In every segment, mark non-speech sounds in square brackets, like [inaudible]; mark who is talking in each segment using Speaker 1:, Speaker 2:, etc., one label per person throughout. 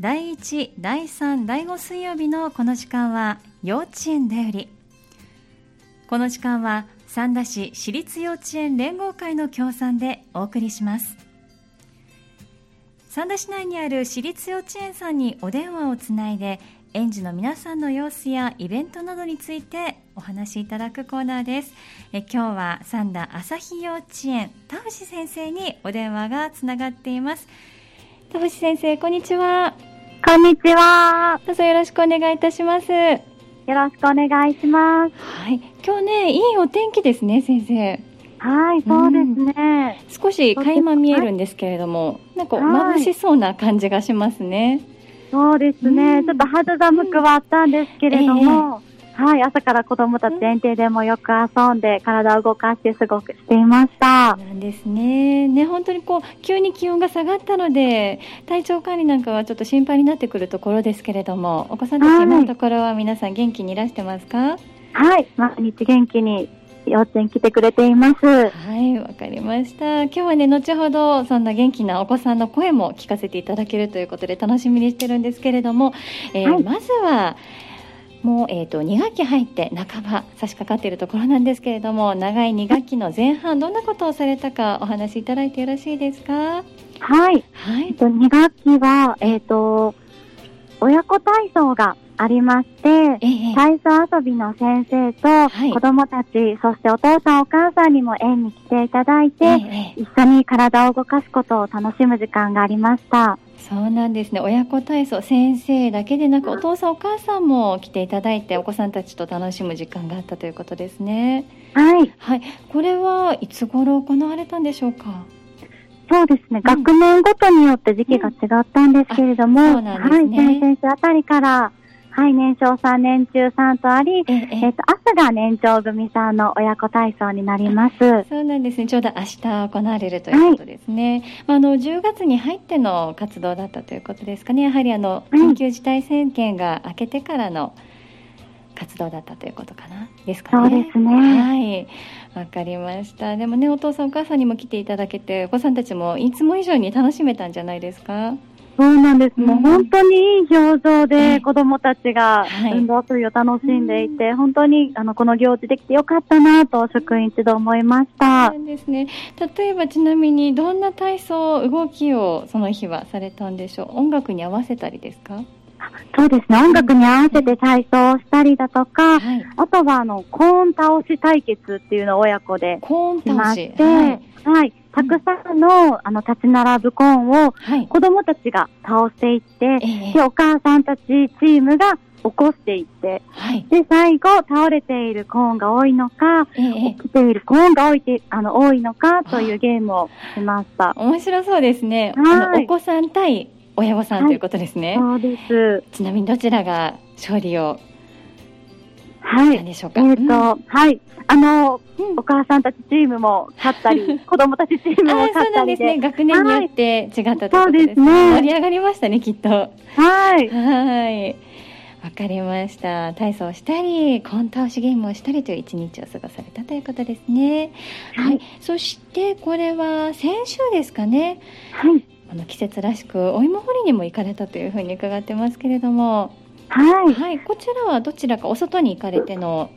Speaker 1: 第1、第3、第5水曜日のこの時間は幼稚園だよりこの時間は三田市私立幼稚園連合会の協賛でお送りします三田市内にある私立幼稚園さんにお電話をつないで園児の皆さんの様子やイベントなどについてお話しいただくコーナーですえ今日は三田朝日幼稚園田淵先生にお電話がつながっています田淵先生こんにちは
Speaker 2: こんにちは。
Speaker 1: どうぞよろしくお願いいたします
Speaker 2: よろしくお願いします。
Speaker 1: はい今日ねいいお天気ですね先生
Speaker 2: はい、そうですね。
Speaker 1: 少し垣間見えるんですけれども、なんか
Speaker 2: はい
Speaker 1: 眩しそうな感じがしますね。
Speaker 2: そうです
Speaker 1: う
Speaker 2: ね。
Speaker 1: ん
Speaker 2: ちょっと肌寒くはあったんですけれども、はい、朝から子供たち園庭でもよく遊んで、体を動かしてすごくしていまし
Speaker 1: な
Speaker 2: た。
Speaker 1: んですね。ね、本当にこう、急に気温が下がったので、体調管理なんかはちょっと心配になってくるところですけれども、お子さんた
Speaker 2: は
Speaker 1: ち
Speaker 2: い
Speaker 1: 今のところは皆さん元気にいらしてますか
Speaker 2: はい、毎日元気に幼稚園来てくれています。
Speaker 1: はい、わかりました。今日はね、後ほど、そんな元気なお子さんの声も聞かせていただけるということで、楽しみにしてるんですけれども、えー
Speaker 2: はい
Speaker 1: まずは、もう、えー、と2学期入って半ば差し掛かっているところなんですけれども長い2学期の前半どんなことをされたかお話しいただいてよろしいですか
Speaker 2: はい、
Speaker 1: は
Speaker 2: えっ
Speaker 1: い、
Speaker 2: と、2学期は、えっ、と、親子体操がありまして、
Speaker 1: ええ
Speaker 2: 体操遊びの先生
Speaker 1: はい
Speaker 2: と子供たち、そしてお父さんお母さんにも園に来ていただいて、
Speaker 1: ええ
Speaker 2: 一緒に体を動かすことを楽しむ時間がありました。
Speaker 1: そうなんですね親子体操先生だけでなくお父さんお母さんも来ていただいてお子さんたちと楽しむ時間があったということですね
Speaker 2: はい。
Speaker 1: はいこれはいつ頃行われたんでしょうか
Speaker 2: そうです
Speaker 1: う
Speaker 2: ね。
Speaker 1: ん
Speaker 2: 学年ごとによって時期が違ったんですけれども、
Speaker 1: うんあそうなんですね
Speaker 2: はい。先々週あたりから、はい、年少3年中さんとあり、
Speaker 1: えええ
Speaker 2: えっと、明日が年長組さんの親子体操になります。
Speaker 1: そうなんですね。ちょうど明日行われるということですね。まあ、あの10月に入っての活動だったということですかね。やはりあの
Speaker 2: はい
Speaker 1: 緊急事態宣言が明けてからの活動だったということかなですかね。
Speaker 2: そうですね
Speaker 1: はい、わかりました。でもね、お父さんお母さんにも来ていただけて、お子さんたちもいつも以上に楽しめたんじゃないですか。
Speaker 2: そうなんです。もう
Speaker 1: うん
Speaker 2: 本当にいい表情
Speaker 1: ええ
Speaker 2: で子供たちが
Speaker 1: はい
Speaker 2: 運動遊びを楽しんでいて、本当にあのこの行事できてよかったなと職員一同思いまし
Speaker 1: そう
Speaker 2: た
Speaker 1: な。んですね。例えばちなみにどんな体操動きをその日はされたんでしょう。音楽に合わせたりですか。
Speaker 2: そうですね。音楽に合わせて体操をしたりだとか、
Speaker 1: はい。
Speaker 2: あとはあのコーン倒し対決っていうのを親子で
Speaker 1: コーン
Speaker 2: しま
Speaker 1: 倒
Speaker 2: して
Speaker 1: し。、はい。
Speaker 2: はい、たくさんのあの立ち並ぶコーンを
Speaker 1: はい。
Speaker 2: 子供たちが倒していって、
Speaker 1: ええ
Speaker 2: でお母さんたちチームが起こしていって、
Speaker 1: はい。
Speaker 2: で最後倒れているコーンが多いのか、
Speaker 1: ええ
Speaker 2: 起きているコーンが多いてあの多いのかというゲームをしました。
Speaker 1: 面白そうですね。あ
Speaker 2: はい
Speaker 1: のお子さん対親御さん
Speaker 2: はい
Speaker 1: ということですね。
Speaker 2: そうです。
Speaker 1: ちなみにどちらが勝利をし
Speaker 2: は
Speaker 1: たん
Speaker 2: い。
Speaker 1: でしょうか。
Speaker 2: えっ、と、はい。あの、
Speaker 1: うん、うん
Speaker 2: お母さんたちチームも勝った
Speaker 1: [laughs]
Speaker 2: り、子供たちチーム
Speaker 1: あ
Speaker 2: も
Speaker 1: あ、そう
Speaker 2: 勝っ
Speaker 1: な
Speaker 2: た
Speaker 1: んで
Speaker 2: り
Speaker 1: す
Speaker 2: で。
Speaker 1: ね。学年によって違ったというこ
Speaker 2: そ
Speaker 1: と
Speaker 2: う
Speaker 1: です
Speaker 2: で
Speaker 1: ね。
Speaker 2: すね
Speaker 1: 盛り上がりましたね、きっと。は
Speaker 2: はい。
Speaker 1: ーい。わかりました。体操をしたり、コーン倒しゲームをしたりという一日を過ごされたということですね。
Speaker 2: は
Speaker 1: はいい。。そして、これは先週ですかね。
Speaker 2: はい。
Speaker 1: あの季節らしくお芋掘りにも行かれたというふうに伺ってますけれども、
Speaker 2: はい。
Speaker 1: はい、こちらはどちらかお外に行かれての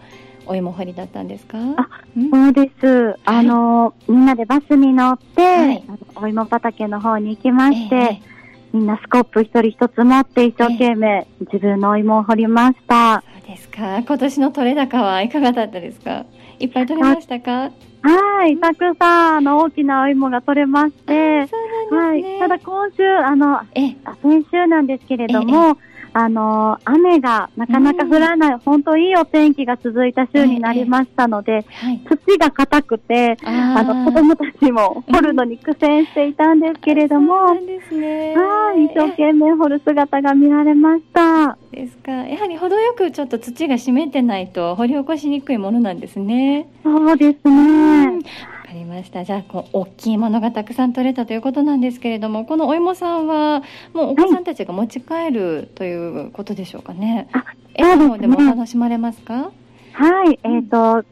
Speaker 1: お芋掘りだったんですか？
Speaker 2: あ
Speaker 1: うん、
Speaker 2: そうです。あの、みんなでバスに乗って、
Speaker 1: はい
Speaker 2: あのお芋畑の方に行きまして、
Speaker 1: え
Speaker 2: みんなスコップ一人一つ持って一生懸命自分のお芋を掘りました。
Speaker 1: えそうですか。今年の取れ高はいかがだったですか？いっぱい取れましたか？
Speaker 2: はい。たくさん、あの、大きなお芋が取れまして、
Speaker 1: そうな
Speaker 2: は
Speaker 1: んで
Speaker 2: い
Speaker 1: すね。。
Speaker 2: ただ今週、あの、
Speaker 1: ええ
Speaker 2: あ先週なんですけれども、あの雨がなかなか降らない、本当いいお天気が続いた週になりましたので、
Speaker 1: はい。
Speaker 2: 土が硬くて、
Speaker 1: あ
Speaker 2: あの子供たちも掘るのに苦戦していたんですけれども、
Speaker 1: そ
Speaker 2: は
Speaker 1: うなんですね。
Speaker 2: い、一生懸命掘る姿が見られました。
Speaker 1: ですか。やはり程よくちょっと土が湿ってないと掘り起こしにくいものなんですね。
Speaker 2: そうです
Speaker 1: うん
Speaker 2: ね。
Speaker 1: わかりました。じゃあ、こう大きいものがたくさん取れたということなんですけれども、このお芋さんは、もうお子さんたちが持ち帰るということでしょうかね。
Speaker 2: あ
Speaker 1: 笑顔
Speaker 2: そう
Speaker 1: で
Speaker 2: ですね
Speaker 1: も楽しまれますか
Speaker 2: はい、えっ、と、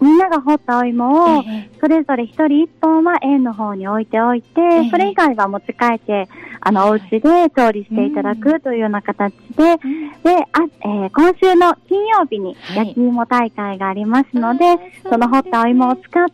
Speaker 2: みんなが掘ったお芋を、
Speaker 1: ええ
Speaker 2: それぞれ一人一本は園の方に置いておいて
Speaker 1: え、
Speaker 2: それ以外は持ち帰って、あの、お
Speaker 1: はい
Speaker 2: 家で調理していただくというような形で、で、あえー今週の金曜日に
Speaker 1: はい
Speaker 2: 焼き芋大会がありますので、
Speaker 1: あー
Speaker 2: その掘ったお芋を使って、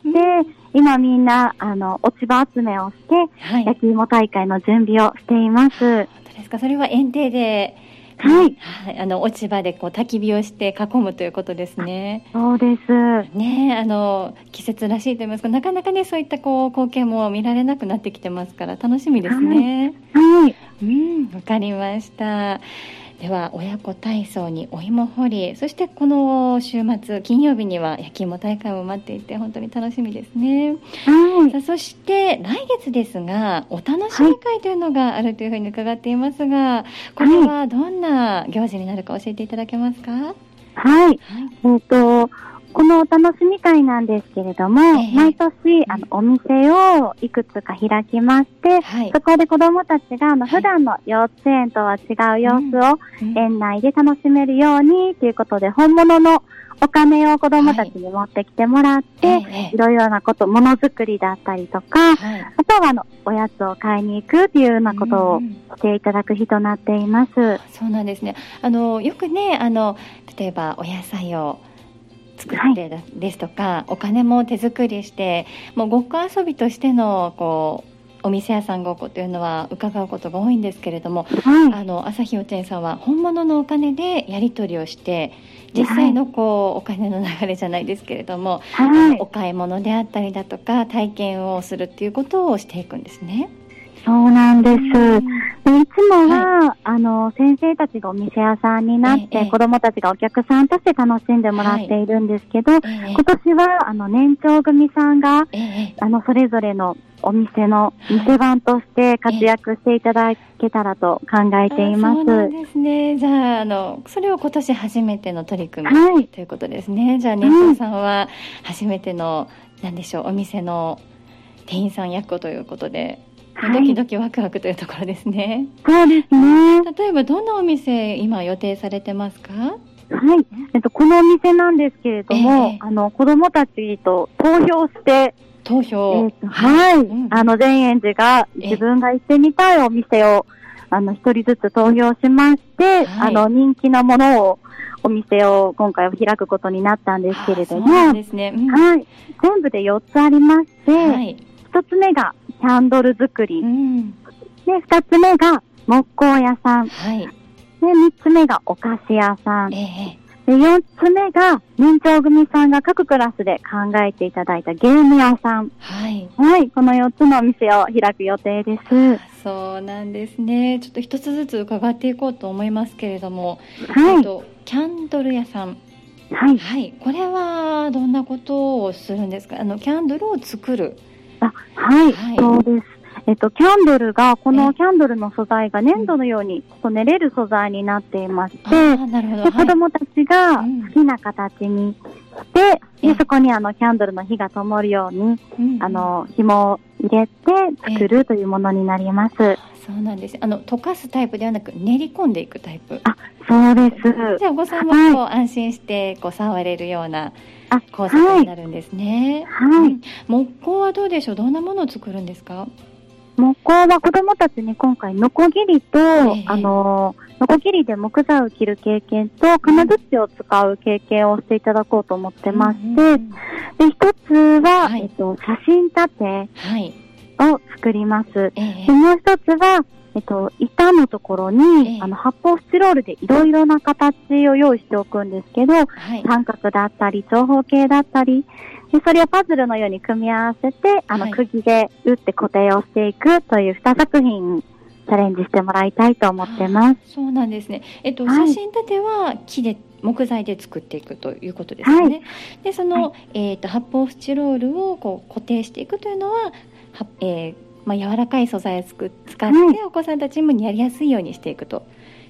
Speaker 2: 今みんな、あの、落ち葉集めをして、
Speaker 1: はい。
Speaker 2: 焼き芋大会の準備をしています。
Speaker 1: 本当ですか。それは園庭で、
Speaker 2: はい、
Speaker 1: はい、あの落ち葉でこう焚き火をして囲むということですね。
Speaker 2: そうです。
Speaker 1: ねえ、あの季節らしいと言いますか、なかなかねそういったこう光景も見られなくなってきてますから楽しみですね。
Speaker 2: はい。
Speaker 1: うん、わかりました。では親子体操にお芋掘り、そしてこの週末金曜日には焼き芋大会も待っていて本当に楽しみですね。
Speaker 2: はい
Speaker 1: さ。あそして来月ですがお楽しみ会というのがあるというふうに伺っていますが、これはどんな行事になるか教えていただけますか、はい
Speaker 2: はい。えっ、と、このお楽しみ会なんですけれども、
Speaker 1: ええ
Speaker 2: 毎年、あの、お店をいくつか開きまして、
Speaker 1: はい
Speaker 2: そこで子供たちが、あの、
Speaker 1: はい
Speaker 2: 普段の幼稚園とは違う様子を
Speaker 1: うん
Speaker 2: 園内で楽しめるようにということで、本物のお金を子供たちに持ってきてもらって、
Speaker 1: えええ
Speaker 2: いろいろなこと、ものづくりだったりとか、
Speaker 1: はい
Speaker 2: あとは、あの、おやつを買いに行くっていうようなこと
Speaker 1: う
Speaker 2: を
Speaker 1: ん
Speaker 2: していただく日となっています。
Speaker 1: そうなんですねあのよくねあの例えばお野菜を作ってだですとか、お金も手作りしてもうごっこ遊びとしてのこうお店屋さんごっこというのは伺うことが多いんですけれども
Speaker 2: はい。
Speaker 1: あの朝日幼稚園さんは本物のお金でやり取りをして実際のこうお金の流れじゃないですけれども、
Speaker 2: はい
Speaker 1: お。買い物であったりだとか体験をするっていうことをしていくんですね。
Speaker 2: そうなんです。
Speaker 1: う
Speaker 2: でいつもは、あの、先生たちがお店屋さんになって、
Speaker 1: ええ
Speaker 2: 子供たちがお客さんとして楽しんでもらっているんですけど、
Speaker 1: んえ
Speaker 2: 今年は、あの、年長組さんが、
Speaker 1: えええ
Speaker 2: あの、それぞれのお店の店番として活躍していただけたらと考えていま
Speaker 1: あそう
Speaker 2: す。
Speaker 1: なんですね。じゃああのそれを今年初めての取り組み
Speaker 2: はい。
Speaker 1: ということですね。じゃあ年長さんは初めての何でしょうお店の店員さん役ということで、
Speaker 2: は
Speaker 1: ドキ
Speaker 2: い。
Speaker 1: ドキワクワクというところですね。
Speaker 2: そうです
Speaker 1: [laughs]
Speaker 2: ね。
Speaker 1: 例えばどんなお店今予定されてますか？
Speaker 2: はい。えっと、このお店なんですけれども、
Speaker 1: ええ
Speaker 2: あの、子供たちと投票して、
Speaker 1: 投
Speaker 2: え
Speaker 1: 票
Speaker 2: ー、とはい、
Speaker 1: うん
Speaker 2: あの善円寺が自分が行ってみたいお店をあの一人ずつ投票しまして、
Speaker 1: はい
Speaker 2: あの人気なものをお店を今回は開くことになったんですけれど
Speaker 1: あそう
Speaker 2: も、
Speaker 1: な
Speaker 2: は
Speaker 1: ん
Speaker 2: い、
Speaker 1: ですね。うん
Speaker 2: 全部で4つありまして、
Speaker 1: は
Speaker 2: 1
Speaker 1: い。
Speaker 2: つ目がキャンドル作り、
Speaker 1: う
Speaker 2: で
Speaker 1: ん。
Speaker 2: 2つ目が木工屋さん、で
Speaker 1: はい。
Speaker 2: 3つ目がお菓子屋さん、
Speaker 1: え
Speaker 2: で
Speaker 1: え
Speaker 2: 4つ目が年長組さんが各クラスで考えていただいたゲーム屋さん。
Speaker 1: はい。
Speaker 2: はい、この4つのお店を開く予定です。は
Speaker 1: そうなんですね。ちょっと一つずつ伺っていこうと思いますけれども、えっ
Speaker 2: い、
Speaker 1: とキャンドル屋さん。
Speaker 2: はい。
Speaker 1: はい。これはどんなことをするんですか。あのキャンドルを作る。
Speaker 2: あ、はい、
Speaker 1: はい
Speaker 2: そうです。えっと、キャンドルが、こ
Speaker 1: ええ
Speaker 2: のキャンドルの素材が粘土のように、こう練れる素材になっていまし
Speaker 1: あ
Speaker 2: て、
Speaker 1: あ、なるほど。
Speaker 2: で、子
Speaker 1: はい。
Speaker 2: 供たちが
Speaker 1: うん
Speaker 2: 好きな形にして、
Speaker 1: ええ
Speaker 2: で、そこにあの、キャンドルの火が灯るように、
Speaker 1: うん
Speaker 2: あ。の、紐を入れて作るというものになります。
Speaker 1: そうなんです。あの溶かすタイプではなく練り込んでいくタイプ。
Speaker 2: そうです。
Speaker 1: じゃあお子さんもこう安心してこう触れるような
Speaker 2: あ、
Speaker 1: 構造
Speaker 2: は
Speaker 1: に
Speaker 2: い
Speaker 1: な。るんですね。
Speaker 2: は
Speaker 1: う
Speaker 2: い
Speaker 1: ん。木工はどうでしょう。どんなものを作るんですか。
Speaker 2: 木工は子供たちに今回、ノコギリと、
Speaker 1: ええ
Speaker 2: あの、ノコギリで木材を切る経験と、金槌を使う経験をしていただこうと思ってまして、
Speaker 1: うんうんうん
Speaker 2: で、一つは、
Speaker 1: はい
Speaker 2: えっと、写真立て
Speaker 1: はい。
Speaker 2: を作ります。で、
Speaker 1: ええ
Speaker 2: もう一つは、えっと、板のところに、
Speaker 1: ええ
Speaker 2: あの、発泡スチロールでいろいろな形を用意しておくんですけど、
Speaker 1: はい。
Speaker 2: 三角だったり、長方形だったり、でそれをパズルのように組み合わせて、あ
Speaker 1: は
Speaker 2: の、
Speaker 1: い
Speaker 2: 釘で打って固定をしていくという2作品にチャレンジしてもらいたいと思ってます。
Speaker 1: そうなんですね。えっと、
Speaker 2: はい
Speaker 1: 写真立ては木で木材で作っていくということですよね。で、その、えっと発泡スチロールをこう固定していくというのは、はえーまあ柔らかい素材をつく使って、
Speaker 2: はい
Speaker 1: お子さんたちにもやりやすいようにしていくと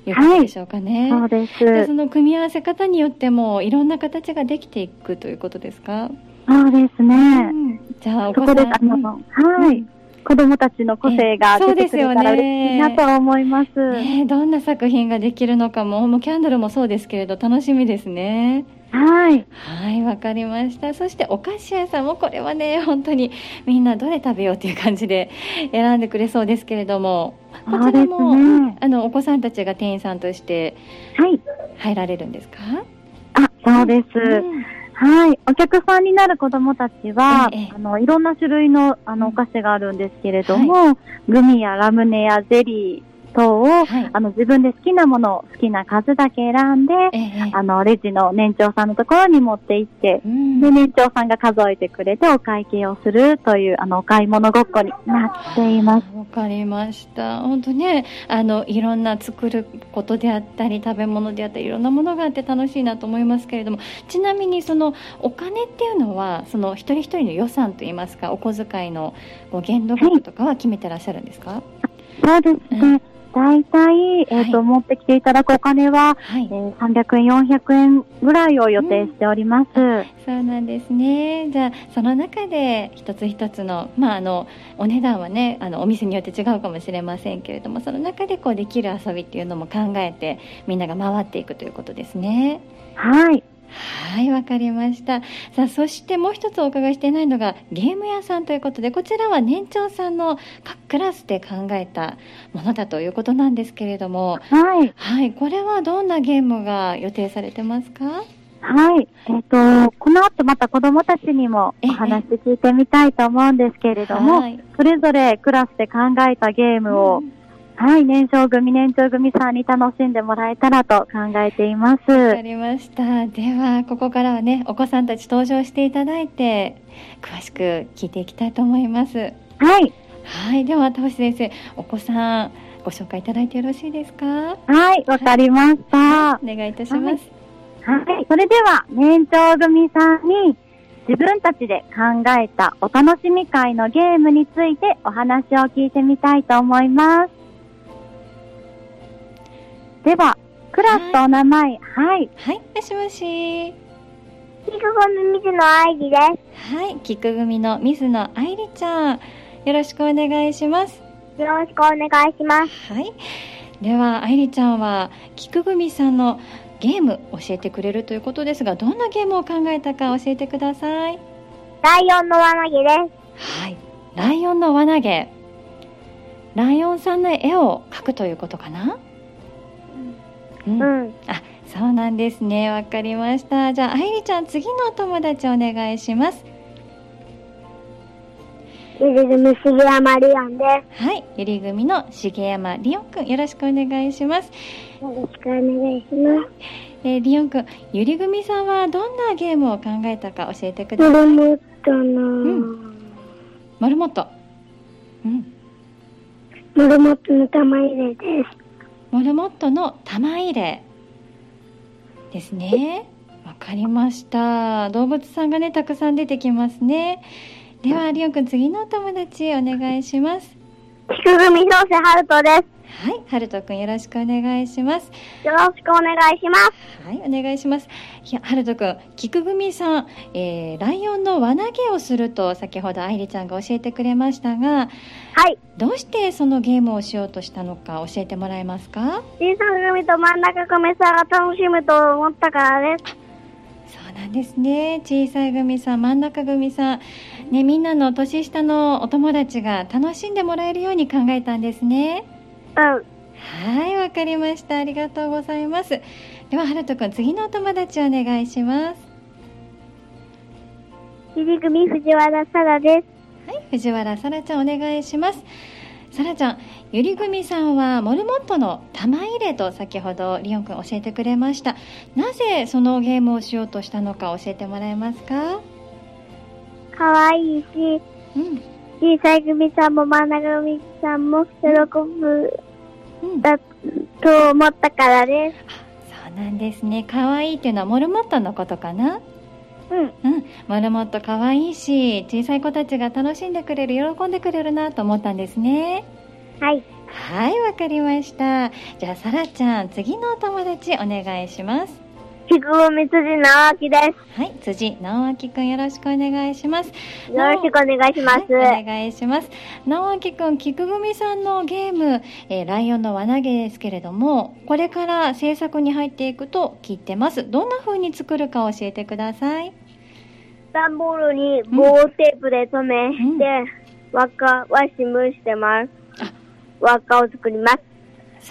Speaker 1: いうことでしょうかね。
Speaker 2: そう
Speaker 1: で
Speaker 2: で
Speaker 1: すそ。の組み合わせ方によってもいろんな形ができていくということですか。
Speaker 2: そうですね
Speaker 1: う。んじゃあお
Speaker 2: そ
Speaker 1: 子
Speaker 2: こ
Speaker 1: さん
Speaker 2: で、あの、は
Speaker 1: う
Speaker 2: い
Speaker 1: ん。
Speaker 2: 子供たちの個性が出てくれたら
Speaker 1: えそうですよ
Speaker 2: 嬉
Speaker 1: ね
Speaker 2: しいなと思います。
Speaker 1: ねえどんな作品ができるのかも、もうキャンドルもそうですけれど楽しみですね。
Speaker 2: はい。
Speaker 1: はい、わかりました。そしてお菓子屋さんもこれはね、本当にみんなどれ食べようっていう感じで選んでくれそうですけれども、こ
Speaker 2: そ
Speaker 1: ち
Speaker 2: うで
Speaker 1: ら
Speaker 2: す
Speaker 1: も、
Speaker 2: ね。
Speaker 1: あのお子さんたちが店員さんとして
Speaker 2: はい。
Speaker 1: 入られるんですか？
Speaker 2: あ、そうです。
Speaker 1: うん
Speaker 2: はい。お客さんになる子供たちは、
Speaker 1: ええ
Speaker 2: あの、いろんな種類の、あ
Speaker 1: う
Speaker 2: の、お
Speaker 1: ん
Speaker 2: 菓子があるんですけれども、グミやラムネやゼリー等
Speaker 1: は
Speaker 2: を、
Speaker 1: い。
Speaker 2: あの、自分で好きなものを好きな数だけ選んで、
Speaker 1: ええ
Speaker 2: あの、レジの年長さんのところに持って行って、
Speaker 1: うん
Speaker 2: で、年長さんが数えてくれてお会計をするという、あの、お買い物ごっこになっています。
Speaker 1: わかりました。本当ね、あのいろんな作ることであったり、食べ物であったり、いろんなものがあって楽しいなと思いますけれども、ちなみにそのお金っていうのは、その一人一人の予算といいますか、お小遣いのこう限度額とかは決めてらっしゃるんですか？
Speaker 2: そうです
Speaker 1: う
Speaker 2: ね。大体、えっ、と、
Speaker 1: は
Speaker 2: 持ってきていただくお金は、
Speaker 1: はい
Speaker 2: え。ー300円、400円ぐらいを予定しております。
Speaker 1: そうなんですね。じゃあその中で一つ一つのまああのお値段はねあのお店によって違うかもしれませんけれどもその中でこうできる遊びっていうのも考えてみんなが回っていくということですね。
Speaker 2: はい。
Speaker 1: はいわかりました。さあそしてもう一つお伺いしていないのがゲーム屋さんということでこちらは年長さんの各クラスで考えたものだということなんですけれども。
Speaker 2: はい。
Speaker 1: はい、これはどんなゲームが予定されてますか。
Speaker 2: はい。えっ、と、この後また子供たちにもお話聞いてみたいと思うんですけれども、
Speaker 1: はい、
Speaker 2: それぞれクラスで考えたゲームを、
Speaker 1: うん
Speaker 2: はい、年少組、年長組さんに楽しんでもらえたらと考えています。
Speaker 1: わかりました。では、ここからはね、お子さんたち登場していただいて、詳しく聞いていきたいと思います。
Speaker 2: はい、
Speaker 1: はい、では、田星先生、お子さん、ご紹介いただいてよろしいですか。
Speaker 2: はい、わかりました。は
Speaker 1: お願いいたします。
Speaker 2: い、それでは年長組さんに自分たちで考えたお楽しみ会のゲームについてお話を聞いてみたいと思います。では、クラスとお名前、はい、
Speaker 1: はい、もしもし。
Speaker 3: キクゴの水野愛理です。
Speaker 1: はい、キク組の水野愛理ちゃん、よろしくお願いします。
Speaker 3: よろしくお願いします。
Speaker 1: はい。では、愛理ちゃんは、キク組さんのゲーム教えてくれるということですが、どんなゲームを考えたか教えてください。
Speaker 3: ライオンの輪投げで
Speaker 1: はい、ライオンの輪投げ。ライオンさんの絵を描くということかな。う、
Speaker 3: す。うんん。
Speaker 1: そうなんですね。わかりました。じゃあ、愛理ちゃん、次のお友達お願いします。
Speaker 3: ゆずずむしぎやまりおんで
Speaker 1: はい、ゆり組の重山りおんくん、よろしくお願いします。
Speaker 3: す。よろしくお願いします。
Speaker 1: えー、りおんくん、ゆり組さんはどんなゲームを考えたか教えてくだ
Speaker 3: モ
Speaker 1: さい。
Speaker 3: ルモット
Speaker 1: う
Speaker 3: の、
Speaker 1: モルモット。うん、
Speaker 3: モルモットの玉入れです。
Speaker 1: モルモットの玉入れですねわかりました動物さんがねたくさん出てきますねではりおくん次のお友達お願いします
Speaker 3: キクゴミソースハルトで
Speaker 1: はいはるとくんよろしくお願いします
Speaker 3: す。よろしくお願いします。
Speaker 1: はいお願いしますいやはるとくん菊組さん、えー、ライオンの輪投げをすると先ほど愛理ちゃんが教えてくれましたが
Speaker 3: はい。
Speaker 1: どうしてそのゲームをしようとしたのか教えてもらえますか
Speaker 3: 小さな組と真ん中組さんが楽しむと思ったからです。
Speaker 1: そうなんですね小さい組さん真ん中組さん、ね、みんなの年下のお友達が楽しんでもらえるように考えたんですね
Speaker 3: うん。
Speaker 1: はいわかりましたありがとうございますでははるとくん次のお友達お願いします
Speaker 3: ゆり組藤原さらです。
Speaker 1: はい藤原さらちゃんお願いしますさらちゃんゆり組さんはモルモットの玉入れと先ほどりおんくん教えてくれましたなぜそのゲームをしようとしたのか教えてもらえますか
Speaker 3: かわいいし、
Speaker 1: うん
Speaker 3: 小さい組さんも真ん中組さんも喜ぶ
Speaker 1: うん
Speaker 3: だと思ったからで
Speaker 1: そうなんですね。可愛いっていうのはモルモットのことかな。
Speaker 3: す。うん。
Speaker 1: うん、モルモット可愛いし、小さい子たちが楽しんでくれる、喜んでくれるなと思ったんですね。
Speaker 3: はい。
Speaker 1: はい、わかりました。じゃあ、さらちゃん、次のお友達お願いします。
Speaker 2: 菊をみつじ直明で
Speaker 1: はい、辻直明くんよろしくお願いします。
Speaker 2: す。よろしくお願いします。
Speaker 1: はい、お願いします。直明くん、菊組さんのゲーム、えーライオンの輪投げですけれども、これから制作に入っていくと聞いてます。どんな風に作るか教えてください。
Speaker 2: 段ボールに棒をテープで留めて、輪っかは新聞してます
Speaker 1: あ。
Speaker 2: 輪っかを作ります。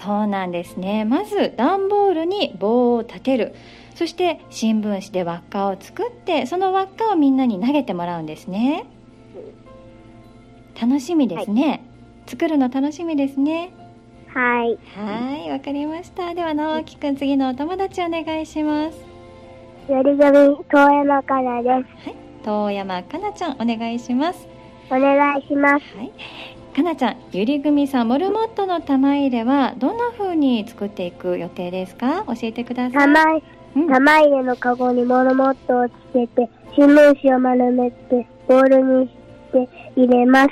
Speaker 1: そうなんですね。まず段ボールに棒を立てる。そして新聞紙で輪っかを作って、その輪っかをみんなに投げてもらうんですね。楽しみですね。作るの楽しみですね。
Speaker 2: はい。
Speaker 1: はい、わかりました。では直樹くん次のお友達お願いします。
Speaker 2: よりぞり遠山からです。
Speaker 1: 遠山かなちゃんお願いします。
Speaker 2: お願いします。
Speaker 1: はい。かなちゃん、ゆり組さんモルモットの玉入れはどんな風に作っていく予定ですか？教えてください。
Speaker 2: 玉、
Speaker 1: うん
Speaker 2: 玉入れのカゴにモルモットをつけて、新聞紙を丸めて、ボールにして入れます。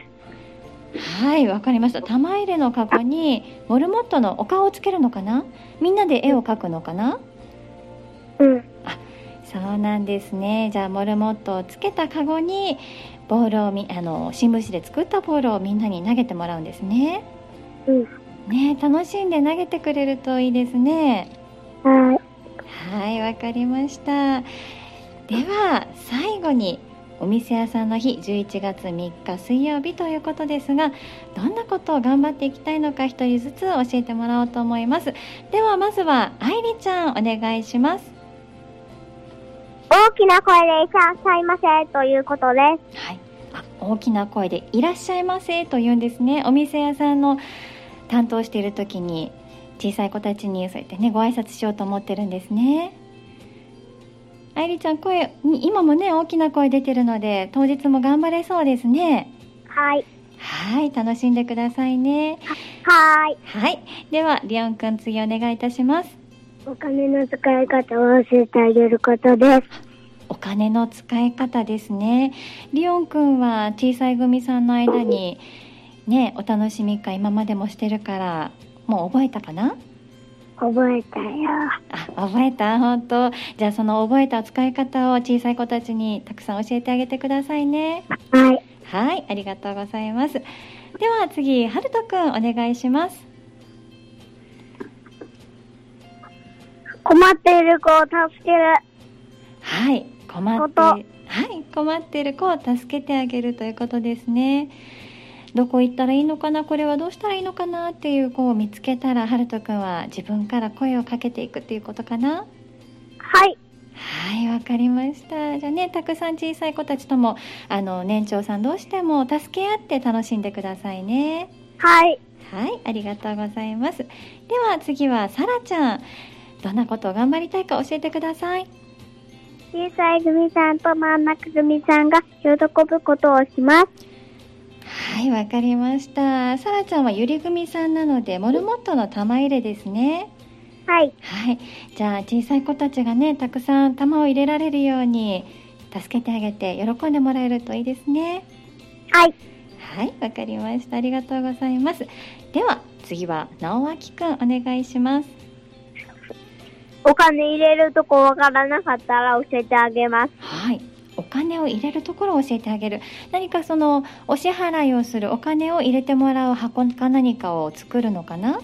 Speaker 1: はい、わかりました。玉入れのカゴにモルモットのお顔をつけるのかな？みんなで絵を描くのかな？
Speaker 2: うん。
Speaker 1: そうなんですね。じゃあモルモットをつけたカゴにボールをみあの新聞紙で作ったボールをみんなに投げてもらうんですね。
Speaker 2: うん。
Speaker 1: ねえ楽しんで投げてくれるといいですね。
Speaker 2: はい。
Speaker 1: はい、わかりました。では最後にお店屋さんの日11月3日水曜日ということですがどんなことを頑張っていきたいのか一人ずつ教えてもらおうと思いますではまずは愛理ちゃんお願いします
Speaker 2: 大きな声でいらっしゃいませということで
Speaker 1: はい、あ大きな声で「いらっしゃいませ」と言うんですねお店屋さんの担当している時に小さい子たちにそうやってねご挨拶しようと思ってるんですね愛理ちゃん声に今もね大きな声出てるので当日も頑張れそうですね
Speaker 2: す。はい。
Speaker 1: はい楽しんでくださいね
Speaker 2: はい。
Speaker 1: はいではリオンくん次お願いいたします
Speaker 2: お金の使い方を教えてあげることです。
Speaker 1: お金の使い方ですねリオンくんは小さい組さんの間にねお楽しみ会今までもしてるからもう覚えたかな
Speaker 2: 覚えたよ。
Speaker 1: あ覚えた本当じゃあその覚えた使い方を小さい子たちにたくさん教えてあげてくださいね
Speaker 2: はい。
Speaker 1: はいありがとうございますでは次はるとくんお願いします
Speaker 2: 困っている子を助ける。
Speaker 1: はい困っ
Speaker 2: こ
Speaker 1: て
Speaker 2: と
Speaker 1: はい困ってる子を助けてあげるということですねどこ行ったらいいのかなこれはどうしたらいいのかなっていう子を見つけたらはるとくんは自分から声をかけていくっていうことかな
Speaker 2: はい。
Speaker 1: はいわかりましたじゃあねたくさん小さい子たちともあの年長さん同士でも助け合って楽しんでくださいね
Speaker 2: はい。
Speaker 1: はいありがとうございますでは次はさらちゃんどんなことを頑張りたいか教えてください
Speaker 2: 小さい組さんと真ん中組さんが喜ぶことをします。
Speaker 1: はい、わかりました。さらちゃんはゆり組さんなので、モルモットの玉入れですね。
Speaker 2: はい。
Speaker 1: はい、じゃあ小さい子たちがね、たくさん玉を入れられるように。助けてあげて、喜んでもらえるといいですね。
Speaker 2: はい。
Speaker 1: はい、わかりました。ありがとうございます。では、次は直明くん、お願いします。
Speaker 2: お金入れるとこわからなかったら教えてあげます。
Speaker 1: はい。お金を入れるところを教えてあげる何かそのお支払いをするお金を入れてもらう箱か何かを作るのかな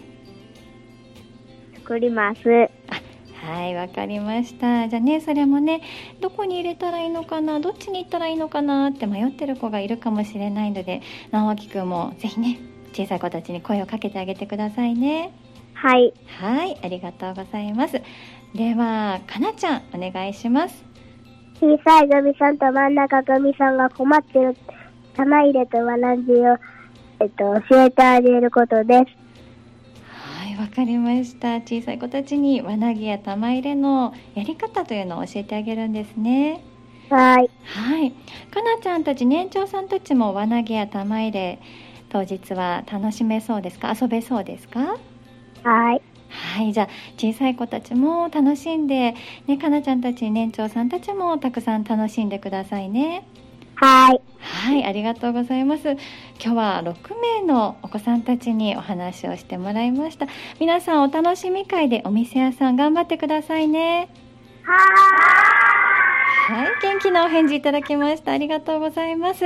Speaker 2: 作ります。
Speaker 1: はい、わかりました。じゃあね、それもね、どこに入れたらいいのかな、どっちに行ったらいいのかなって迷ってる子がいるかもしれないので、直樹くんもぜひね、小さい子たちに声をかけてあげてくださいね。
Speaker 2: はい。
Speaker 1: はい、ありがとうございます。では、かなちゃん、お願いします。
Speaker 2: 小さい組さんと真ん中組さんが困ってる玉入れとわらじを、えっと、教えてあげることです。
Speaker 1: はい、わかりました。小さい子たちに輪投げや玉入れのやり方というのを教えてあげるんですね。
Speaker 2: はい。
Speaker 1: はい、かなちゃんたち年長さんたちも輪投げや玉入れ当日は楽しめそうですか遊べそうですか
Speaker 2: はい。
Speaker 1: はいじゃあ小さい子たちも楽しんで、ね、かなちゃんたち年長さんたちもたくさん楽しんでくださいね
Speaker 2: はい。
Speaker 1: はいありがとうございます今日は6名のお子さんたちにお話をしてもらいました皆さんお楽しみ会でお店屋さん頑張ってくださいねはい、元気なお返事いただきました。ありがとうございます。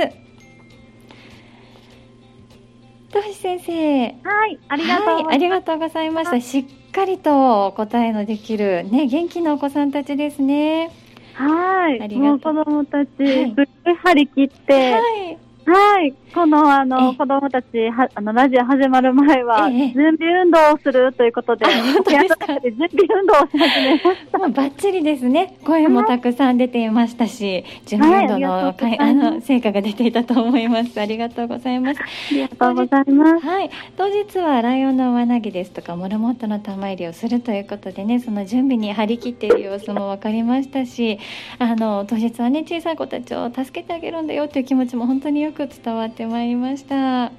Speaker 1: とし先生、
Speaker 2: はい、ありがとうござ
Speaker 1: は
Speaker 2: いま
Speaker 1: い、
Speaker 2: す
Speaker 1: ありがとうございました。しっかりとお答えのできるね、元気なお子さんたちですね。
Speaker 2: はい
Speaker 1: あり
Speaker 2: も
Speaker 1: が
Speaker 2: う
Speaker 1: とう
Speaker 2: 子供たち、
Speaker 1: い
Speaker 2: すっごい張り切って、はい、
Speaker 1: はい、
Speaker 2: このあ
Speaker 1: え
Speaker 2: の
Speaker 1: え
Speaker 2: 子供たちはあのラジオ始まる前は、
Speaker 1: ええ
Speaker 2: 準備運動をするということで、
Speaker 1: あ本当ですか
Speaker 2: 部屋の中で準備運動をし始めました。
Speaker 1: もうバッチリですね。声もたくさん出ていましたし、準備運動の,、
Speaker 2: は
Speaker 1: あ
Speaker 2: いありがとうございます
Speaker 1: の成果が出ていたと思います。ありがとうございます。
Speaker 2: ありがとうございます。
Speaker 1: はい、当日はライオンの輪投げですとかモルモットの玉入りをするということでねその準備に張り切っている様子も分かりましたしあの当日はね小さい子たちを助けてあげるんだよという気持ちも本当によく伝わってまいりました。
Speaker 2: は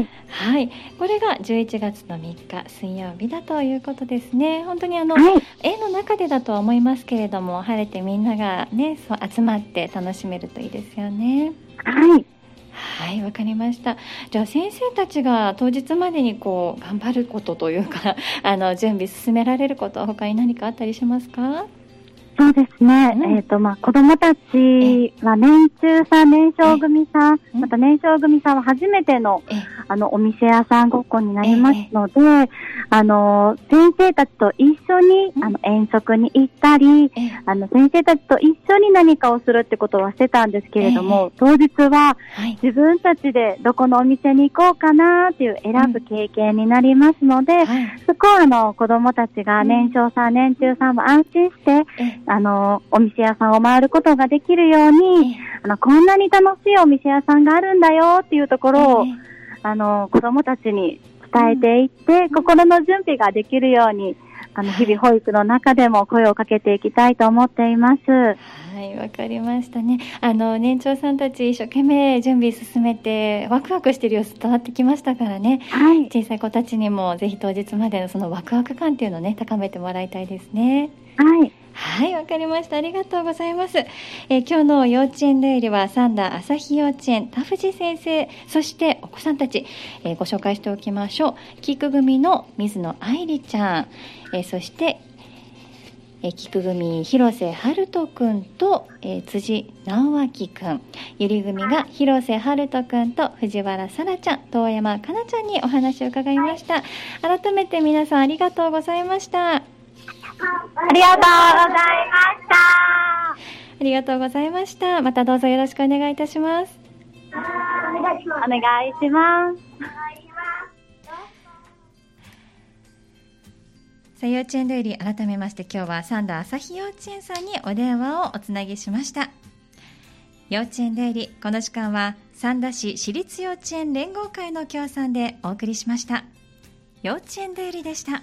Speaker 2: い。
Speaker 1: はい、これが11月の3日水曜日だということですね。本当にあの、
Speaker 2: はい。
Speaker 1: 絵の中でだとは思いますけれども晴れてみんながねそう集まって楽しめるといいですよね。
Speaker 2: はい。
Speaker 1: はい、わかりました。じゃあ先生たちが当日までにこう頑張ることというか、 [laughs] あの準備進められることは他に何かあったりしますか？
Speaker 2: そうですね。
Speaker 1: うん
Speaker 2: えっ、と、まあ、子供たちは年中さん、年少組さん、
Speaker 1: え
Speaker 2: また年少組さんは初めての、
Speaker 1: え、
Speaker 2: あの、お店屋さんごっこになりますので、あの、先生たちと一緒に
Speaker 1: う、ん
Speaker 2: あの、遠足に行ったり、
Speaker 1: え、
Speaker 2: あの、先生たちと一緒に何かをするってことはしてたんですけれども、当日は
Speaker 1: はい。
Speaker 2: 自分たちでどこのお店に行こうかなっていう選ぶ経験になりますので、
Speaker 1: はい、
Speaker 2: そこはあの子供たちが
Speaker 1: うん
Speaker 2: 年少さん、年中さんも安心して、
Speaker 1: え、
Speaker 2: あの、お店屋さんを回ることができるように、あの、こんなに楽しいお店屋さんがあるんだよっていうところを、
Speaker 1: え
Speaker 2: あの、子供たちに伝えていって、心の準備ができるように、あの、日々保育の中でも声をかけていきたいと思っています。
Speaker 1: はい、わかりましたね。あの年長さんたち一生懸命準備進めてワクワクしてる様子伝わってきましたからね。
Speaker 2: はい。
Speaker 1: 小さい子たちにもぜひ当日までのそのワクワク感っていうのをね高めてもらいたいですね。
Speaker 2: はい。
Speaker 1: はい、わかりました。ありがとうございます。えー今日の幼稚園デイリは三田朝日幼稚園田藤先生、そしてお子さんたち、えーご紹介しておきましょう。キク組の水野愛理ちゃん、えーそして、えー、キク組広瀬春人くんと、えー辻直明くん、ゆり組が広瀬春人くんと藤原さらちゃん、遠山かなちゃんにお話を伺いました。改めて皆さんありがとうございました。
Speaker 2: ありがとうございました。
Speaker 1: ありがとうございました。またどうぞよろしくお願いいたします。
Speaker 3: お願いしま
Speaker 2: お願いします。
Speaker 1: さあ幼稚園より改めまして今日は三田朝日幼稚園さんにお電話をおつなぎしました。幼稚園よりこの時間は三田市私立幼稚園連合会の協賛でお送りしました。幼稚園よりでした。